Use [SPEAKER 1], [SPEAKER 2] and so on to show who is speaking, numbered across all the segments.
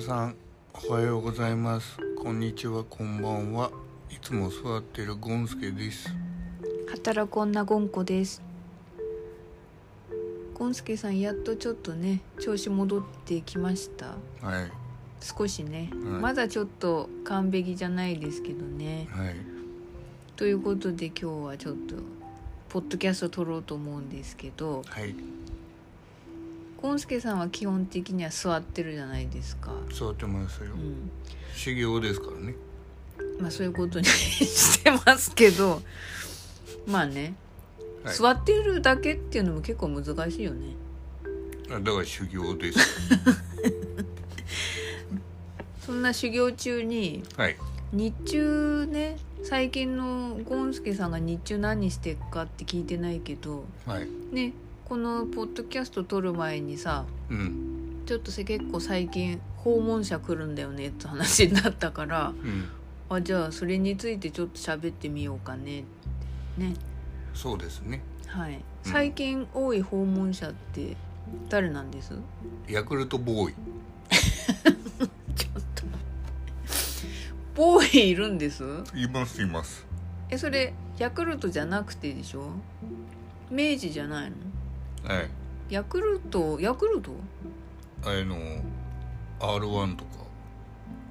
[SPEAKER 1] さんおはようございますこんにちはこんばんはいつも座ってるゴンスケです
[SPEAKER 2] 働く女ゴンコですゴンスケさんやっとちょっとね調子戻ってきました
[SPEAKER 1] はい
[SPEAKER 2] 少しね、
[SPEAKER 1] はい
[SPEAKER 2] まだちょっと完璧じゃないですけどね
[SPEAKER 1] はい
[SPEAKER 2] ということで今日はちょっとポッドキャスト撮ろうと思うんですけど
[SPEAKER 1] はい
[SPEAKER 2] ゴンスケさんは基本的には座ってるじゃないですか
[SPEAKER 1] 座ってますよ
[SPEAKER 2] うん
[SPEAKER 1] 修行ですからね
[SPEAKER 2] まあそういうことにしてますけど まあね、
[SPEAKER 1] はい
[SPEAKER 2] 座ってるだけっていうのも結構難しいよね
[SPEAKER 1] あだから修行です
[SPEAKER 2] そんな修行中に
[SPEAKER 1] はい
[SPEAKER 2] 日中ね最近のゴンスケさんが日中何してっかって聞いてないけど
[SPEAKER 1] はい
[SPEAKER 2] ねこのポッドキャスト撮る前にさ
[SPEAKER 1] うん
[SPEAKER 2] ちょっとせ結構最近訪問者来るんだよねって話になったから
[SPEAKER 1] うん
[SPEAKER 2] あじゃあそれについてちょっと喋ってみようかねね
[SPEAKER 1] そうですね
[SPEAKER 2] はい最近多い訪問者って誰なんです
[SPEAKER 1] ヤクルトボーイ
[SPEAKER 2] ちょっとボーイいるんです
[SPEAKER 1] いますいます
[SPEAKER 2] えそれヤクルトじゃなくてでしょ明治じゃないの
[SPEAKER 1] はい
[SPEAKER 2] ヤクルトヤクルト
[SPEAKER 1] あの R1 とか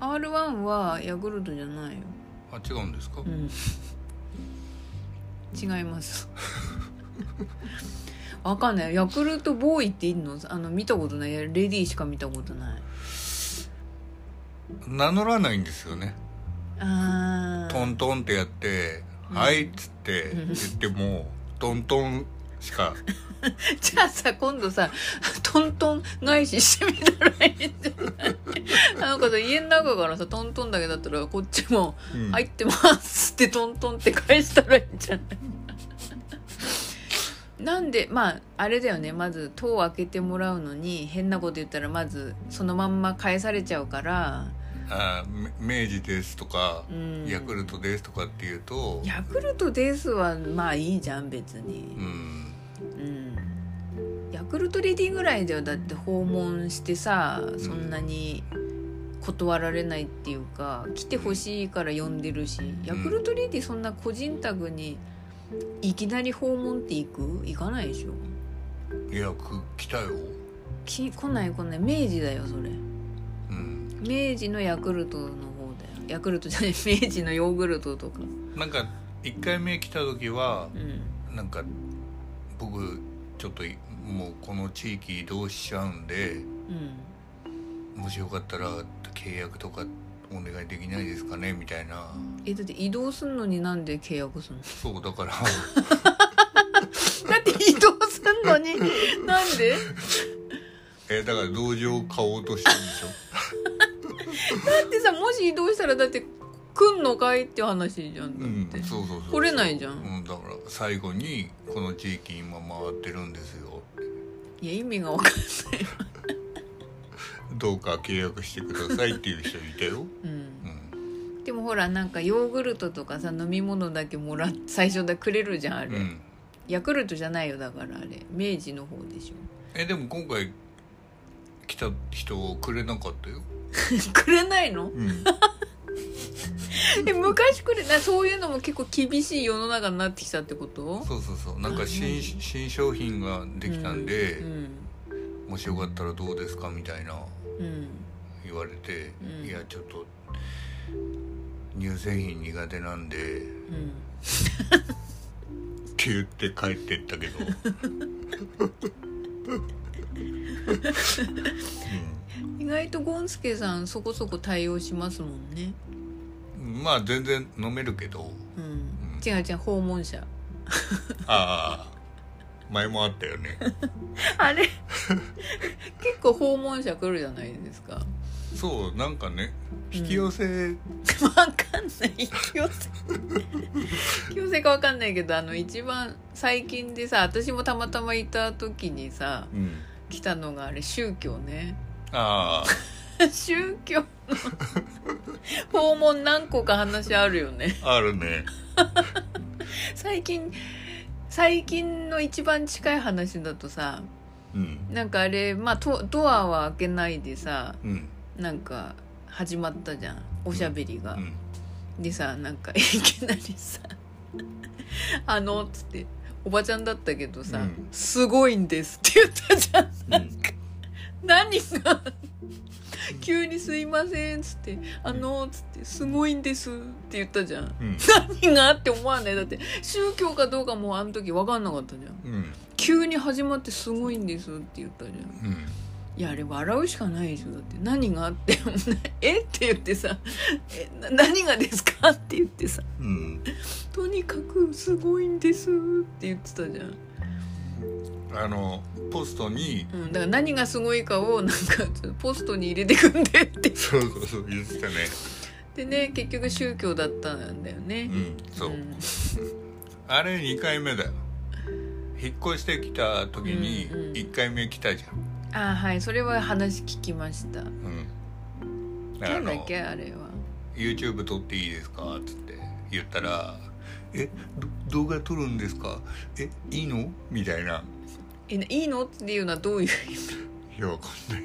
[SPEAKER 2] R1 はヤクルトじゃないよ、
[SPEAKER 1] あ違うんですか、
[SPEAKER 2] うん、違います わかんないヤクルトボーイっているのあの見たことないレディーしか見たことない
[SPEAKER 1] 名乗らないんですよね
[SPEAKER 2] あ
[SPEAKER 1] ト
[SPEAKER 2] ー
[SPEAKER 1] ントンってやって「
[SPEAKER 2] うん
[SPEAKER 1] はい」っつって
[SPEAKER 2] うん
[SPEAKER 1] 言ってもトントンしか
[SPEAKER 2] じゃあさ今度さトントン返ししてみたらいい んじゃないなんかさ家の中からさトントンだけだったらこっちも
[SPEAKER 1] う
[SPEAKER 2] 「
[SPEAKER 1] ん
[SPEAKER 2] 入ってます」ってトントンって返したらいいんじゃないなんでまああれだよねまず戸を開けてもらうのに変なこと言ったらまずそのまんま返されちゃうから、
[SPEAKER 1] あーめ明治です」とか「
[SPEAKER 2] うん、
[SPEAKER 1] ヤクルトです」とかって言うと
[SPEAKER 2] ヤクルトですはまあいいじゃん別
[SPEAKER 1] う
[SPEAKER 2] に、
[SPEAKER 1] ん
[SPEAKER 2] うん、ヤクルトレディぐらいではだって訪問してさそんなに断られないっていうか来てほしいから呼んでるしヤクルトレディそんな個人宅にいきなり訪問って行く行かないでしょ
[SPEAKER 1] いやく来たよ、
[SPEAKER 2] き来ない来ない明治だよそれ
[SPEAKER 1] うん、
[SPEAKER 2] 明治のヤクルトの方だよヤクルトじゃない明治のヨーグルトとか
[SPEAKER 1] なんか1回目来た時は
[SPEAKER 2] うん
[SPEAKER 1] なんか僕ちょっといもうこの地域移動しちゃうんで
[SPEAKER 2] うん
[SPEAKER 1] もしよかったら契約とかお願いできないですかねみたいな
[SPEAKER 2] えだって移動すんのになんで契約す んの
[SPEAKER 1] そうだから
[SPEAKER 2] だって移動すんのになんで
[SPEAKER 1] えだから同情を買おうとしてるんでしょ
[SPEAKER 2] だってさもし移動したらだって来んのかいっていう話じゃんだ
[SPEAKER 1] うん
[SPEAKER 2] って、、
[SPEAKER 1] そうそうそう
[SPEAKER 2] 来れないじゃん
[SPEAKER 1] うん、だから最後にこの地域今回ってるんですよ
[SPEAKER 2] いや意味が分かん
[SPEAKER 1] どうか契約してくださいっていう人いたよ、う
[SPEAKER 2] ない、
[SPEAKER 1] ん
[SPEAKER 2] うん、でもほらなんかヨーグルトとかさ飲み物だけもらっ最初だくれるじゃんあ
[SPEAKER 1] う
[SPEAKER 2] れ、
[SPEAKER 1] ん、
[SPEAKER 2] ヤクルトじゃないよだからあれ明治の方でしょ
[SPEAKER 1] えでも今回来た人をくれなかったよ、
[SPEAKER 2] くれないの
[SPEAKER 1] うん、
[SPEAKER 2] え昔くれなそういうのも結構厳しい世の中になってきたってこと
[SPEAKER 1] そうそうそうなんか
[SPEAKER 2] う
[SPEAKER 1] 新
[SPEAKER 2] ん
[SPEAKER 1] 新商品ができたんで
[SPEAKER 2] う、ん
[SPEAKER 1] もしよかったらどうですかみたいな
[SPEAKER 2] うん
[SPEAKER 1] 言われて、
[SPEAKER 2] うん
[SPEAKER 1] いやちょっと乳製品苦手なんで
[SPEAKER 2] うん
[SPEAKER 1] って言って帰ってった けど、
[SPEAKER 2] 意外とゴンスケさんそこそこ対応しますもんね
[SPEAKER 1] うん、まあ全然飲めるけど
[SPEAKER 2] うん、
[SPEAKER 1] うん
[SPEAKER 2] 違う違う訪問者
[SPEAKER 1] ああ前もあったよね
[SPEAKER 2] あれ結構訪問者来るじゃないですか。
[SPEAKER 1] そうなんかね引き寄せ、
[SPEAKER 2] わかんない引き寄 せ引き寄せかわかんないけどあの一番最近でさ私もたまたまいた時にさ
[SPEAKER 1] うん
[SPEAKER 2] 来たのがあれ宗教ね
[SPEAKER 1] ああ
[SPEAKER 2] 宗教の訪問何個か話あるよね
[SPEAKER 1] あるね
[SPEAKER 2] 最近最近の一番近い話だとさ
[SPEAKER 1] うん
[SPEAKER 2] なんかあれまあとドアは開けないでさ
[SPEAKER 1] うん
[SPEAKER 2] なんか始まったじゃんおしゃべりが、
[SPEAKER 1] うん
[SPEAKER 2] でさなんか いきなりさ「あの」っつっておばちゃんだったけどさ「
[SPEAKER 1] うん
[SPEAKER 2] すごいんです」って言ったじゃん
[SPEAKER 1] うん
[SPEAKER 2] 何が急に「すいません」っつって「あの」っつって「すごいんです」って言ったじゃん
[SPEAKER 1] うん
[SPEAKER 2] 何がって思わないだって宗教かどうかもあの時分かんなかったじゃん
[SPEAKER 1] うん
[SPEAKER 2] 急に始まって「すごいんです」って言ったじゃん
[SPEAKER 1] うん
[SPEAKER 2] いやあれ笑うしかないでしょだって何があってえって言ってさえな何がですかって言ってさ
[SPEAKER 1] うん
[SPEAKER 2] とにかくすごいんですって言ってたじゃん、
[SPEAKER 1] あのポストに
[SPEAKER 2] うん、だから何がすごいかをなんかちょっとポストに入れてくんでって
[SPEAKER 1] そうそうそう言ってたね
[SPEAKER 2] でね結局宗教だったんだよ
[SPEAKER 1] う、
[SPEAKER 2] ね
[SPEAKER 1] んそう、
[SPEAKER 2] ん
[SPEAKER 1] あれ2回目だよ引っ越してきた時に
[SPEAKER 2] うんうん
[SPEAKER 1] 1回目来たじゃん、
[SPEAKER 2] あはいそれは話聞きました
[SPEAKER 1] うん
[SPEAKER 2] な
[SPEAKER 1] あ
[SPEAKER 2] んだっ
[SPEAKER 1] の
[SPEAKER 2] けあれは
[SPEAKER 1] YouTube 撮っていいですか?」っつって言ったら「えど動画撮るんですかえいいの?」みたいな
[SPEAKER 2] えいいのっていうのはどういう意味
[SPEAKER 1] いやわかんない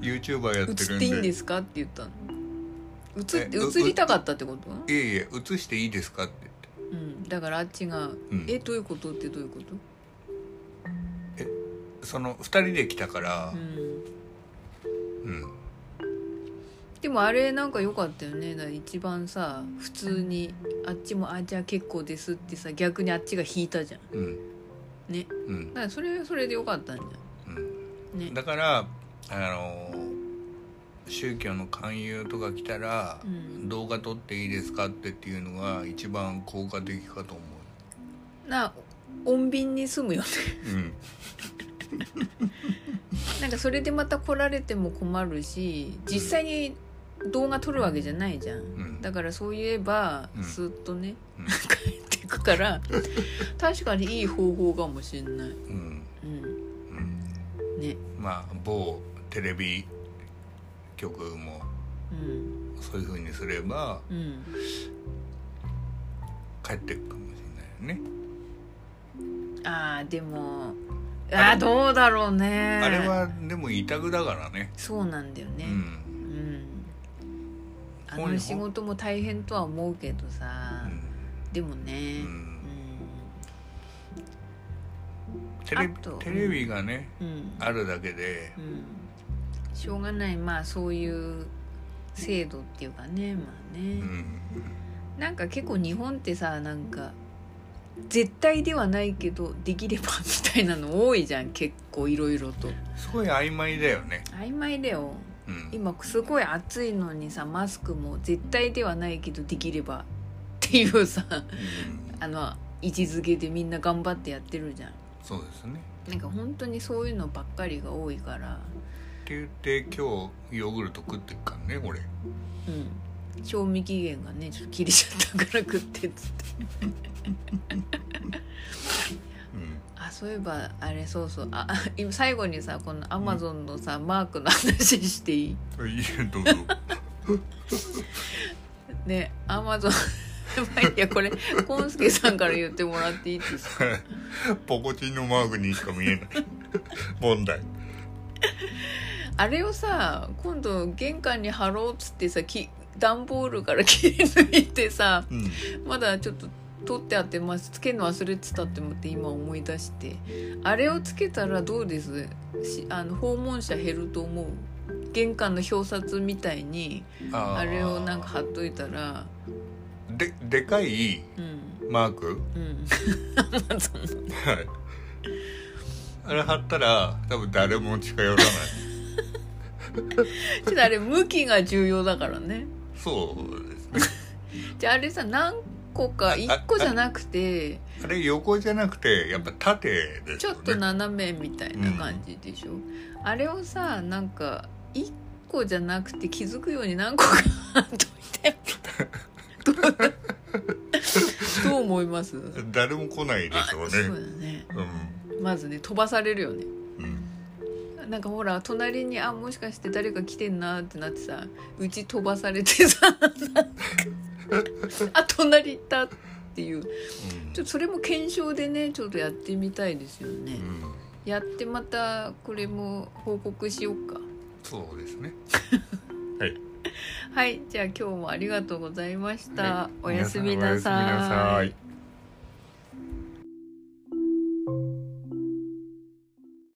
[SPEAKER 1] YouTuber やって
[SPEAKER 2] 映
[SPEAKER 1] る
[SPEAKER 2] っ
[SPEAKER 1] ん
[SPEAKER 2] て
[SPEAKER 1] で
[SPEAKER 2] いいんですかって言ったの映っ
[SPEAKER 1] えう
[SPEAKER 2] て映りたかったってこと
[SPEAKER 1] いやいや映していいですか?」って言って
[SPEAKER 2] うん、だからあっちが「
[SPEAKER 1] うん
[SPEAKER 2] えどういうこと?」ってどういうこと、
[SPEAKER 1] その2人で来たから
[SPEAKER 2] うん、
[SPEAKER 1] うん
[SPEAKER 2] でもあれなんか良かったよねだから一番さ普通にあっちも「あじゃあ結構です」ってさ逆にあっちが引いたじゃんだ
[SPEAKER 1] うん
[SPEAKER 2] ね
[SPEAKER 1] うん
[SPEAKER 2] からそれはそれで良かったんじ
[SPEAKER 1] うん
[SPEAKER 2] ゃんね
[SPEAKER 1] だからあの宗教の勧誘とか来たら、
[SPEAKER 2] うん
[SPEAKER 1] 動画撮っていいですかってっていうのが一番効果的かと思
[SPEAKER 2] な穏便に住むよね
[SPEAKER 1] う、うん、
[SPEAKER 2] なんかそれでまた来られても困るし実際に動画撮るわけじゃないじゃん、
[SPEAKER 1] ん
[SPEAKER 2] だからそういえば
[SPEAKER 1] うん
[SPEAKER 2] スーッとね、
[SPEAKER 1] うん
[SPEAKER 2] 帰ってくから 確かにいい方法かもしんない、
[SPEAKER 1] うん
[SPEAKER 2] うん、
[SPEAKER 1] うん、
[SPEAKER 2] ね
[SPEAKER 1] まあ某テレビ局も
[SPEAKER 2] うん
[SPEAKER 1] そういうふうにすれば
[SPEAKER 2] うん
[SPEAKER 1] 帰ってくかもしれないよね、
[SPEAKER 2] あーでもあーどうだろうね
[SPEAKER 1] あれはでも委託だからね
[SPEAKER 2] そうなんだよね
[SPEAKER 1] う、
[SPEAKER 2] うんん、あの仕事も大変とは思うけど
[SPEAKER 1] う
[SPEAKER 2] さ、
[SPEAKER 1] ん
[SPEAKER 2] でもね
[SPEAKER 1] う、
[SPEAKER 2] うんん
[SPEAKER 1] テレ
[SPEAKER 2] あと
[SPEAKER 1] テレビがね
[SPEAKER 2] うん、
[SPEAKER 1] あるだけで
[SPEAKER 2] うん、しょうがないまあそういう制度っていうかねまあ
[SPEAKER 1] う
[SPEAKER 2] ね、
[SPEAKER 1] ん
[SPEAKER 2] なんか結構日本ってさなんか絶対ではないけどできればみたいなの多いじゃん結構いろいろと
[SPEAKER 1] すごい曖昧だよね、
[SPEAKER 2] 曖昧だよ
[SPEAKER 1] うん、
[SPEAKER 2] 今すごい暑いのにさマスクも絶対ではないけどできればっていうさ
[SPEAKER 1] うん
[SPEAKER 2] あの位置づけでみんな頑張ってやってるじゃん
[SPEAKER 1] そうですね
[SPEAKER 2] なんか本当にそういうのばっかりが多いから
[SPEAKER 1] って言って今日ヨーグルト食ってっからね俺
[SPEAKER 2] うん賞味期限がねちょっと切れちゃったから食ってっつって
[SPEAKER 1] う ん
[SPEAKER 2] あそういえばあれそうそうあ あ今最後にさこのアマゾンのさ、マークの話していい
[SPEAKER 1] いいえどうぞ
[SPEAKER 2] ねアマゾン まあいいやこれコンスケさんから言ってもらっていいですか
[SPEAKER 1] ポコチンのマークにしか見えない問題
[SPEAKER 2] あれをさ今度玄関に貼ろうっつってさき段ボールから切り抜いてさ
[SPEAKER 1] うん
[SPEAKER 2] まだちょっと取ってあってますつけるの忘れてたって思って今思い出してあれをつけたらどうですしあの訪問者減ると思う玄関の表札みたいに
[SPEAKER 1] あー
[SPEAKER 2] あれをなんか貼っといたら
[SPEAKER 1] ででかい
[SPEAKER 2] うん
[SPEAKER 1] マーク
[SPEAKER 2] うん Amazon
[SPEAKER 1] はいあれ貼ったら多分誰も近寄らない
[SPEAKER 2] ちょっとあれ向きが重要だからね
[SPEAKER 1] そうですね
[SPEAKER 2] じゃああれさ何個か1個じゃなくて
[SPEAKER 1] あれ横じゃなくてやっぱ縦です
[SPEAKER 2] ちょ
[SPEAKER 1] よね
[SPEAKER 2] っと斜めみたいな感じでしょ、あれをさなんか1個じゃなくて気づくように何個か貼っといてどうどう思います
[SPEAKER 1] 誰も来ないでしょう
[SPEAKER 2] そうだ
[SPEAKER 1] ね
[SPEAKER 2] ね
[SPEAKER 1] う
[SPEAKER 2] まずね飛ばされるよね
[SPEAKER 1] んうん
[SPEAKER 2] なんかほら隣にあもしかして誰か来てんなってなってさうち飛ばされてさなんかあ隣行ったっていうちょっとそれも検証でねちょっとやってみたいですよ
[SPEAKER 1] う
[SPEAKER 2] ね、
[SPEAKER 1] ん
[SPEAKER 2] やってまたこれも報告しようか
[SPEAKER 1] そうですね
[SPEAKER 2] はいじゃあ今日もありがとうございました、
[SPEAKER 1] はい
[SPEAKER 2] おやすみなさ
[SPEAKER 1] おやすみなさ
[SPEAKER 2] い
[SPEAKER 1] い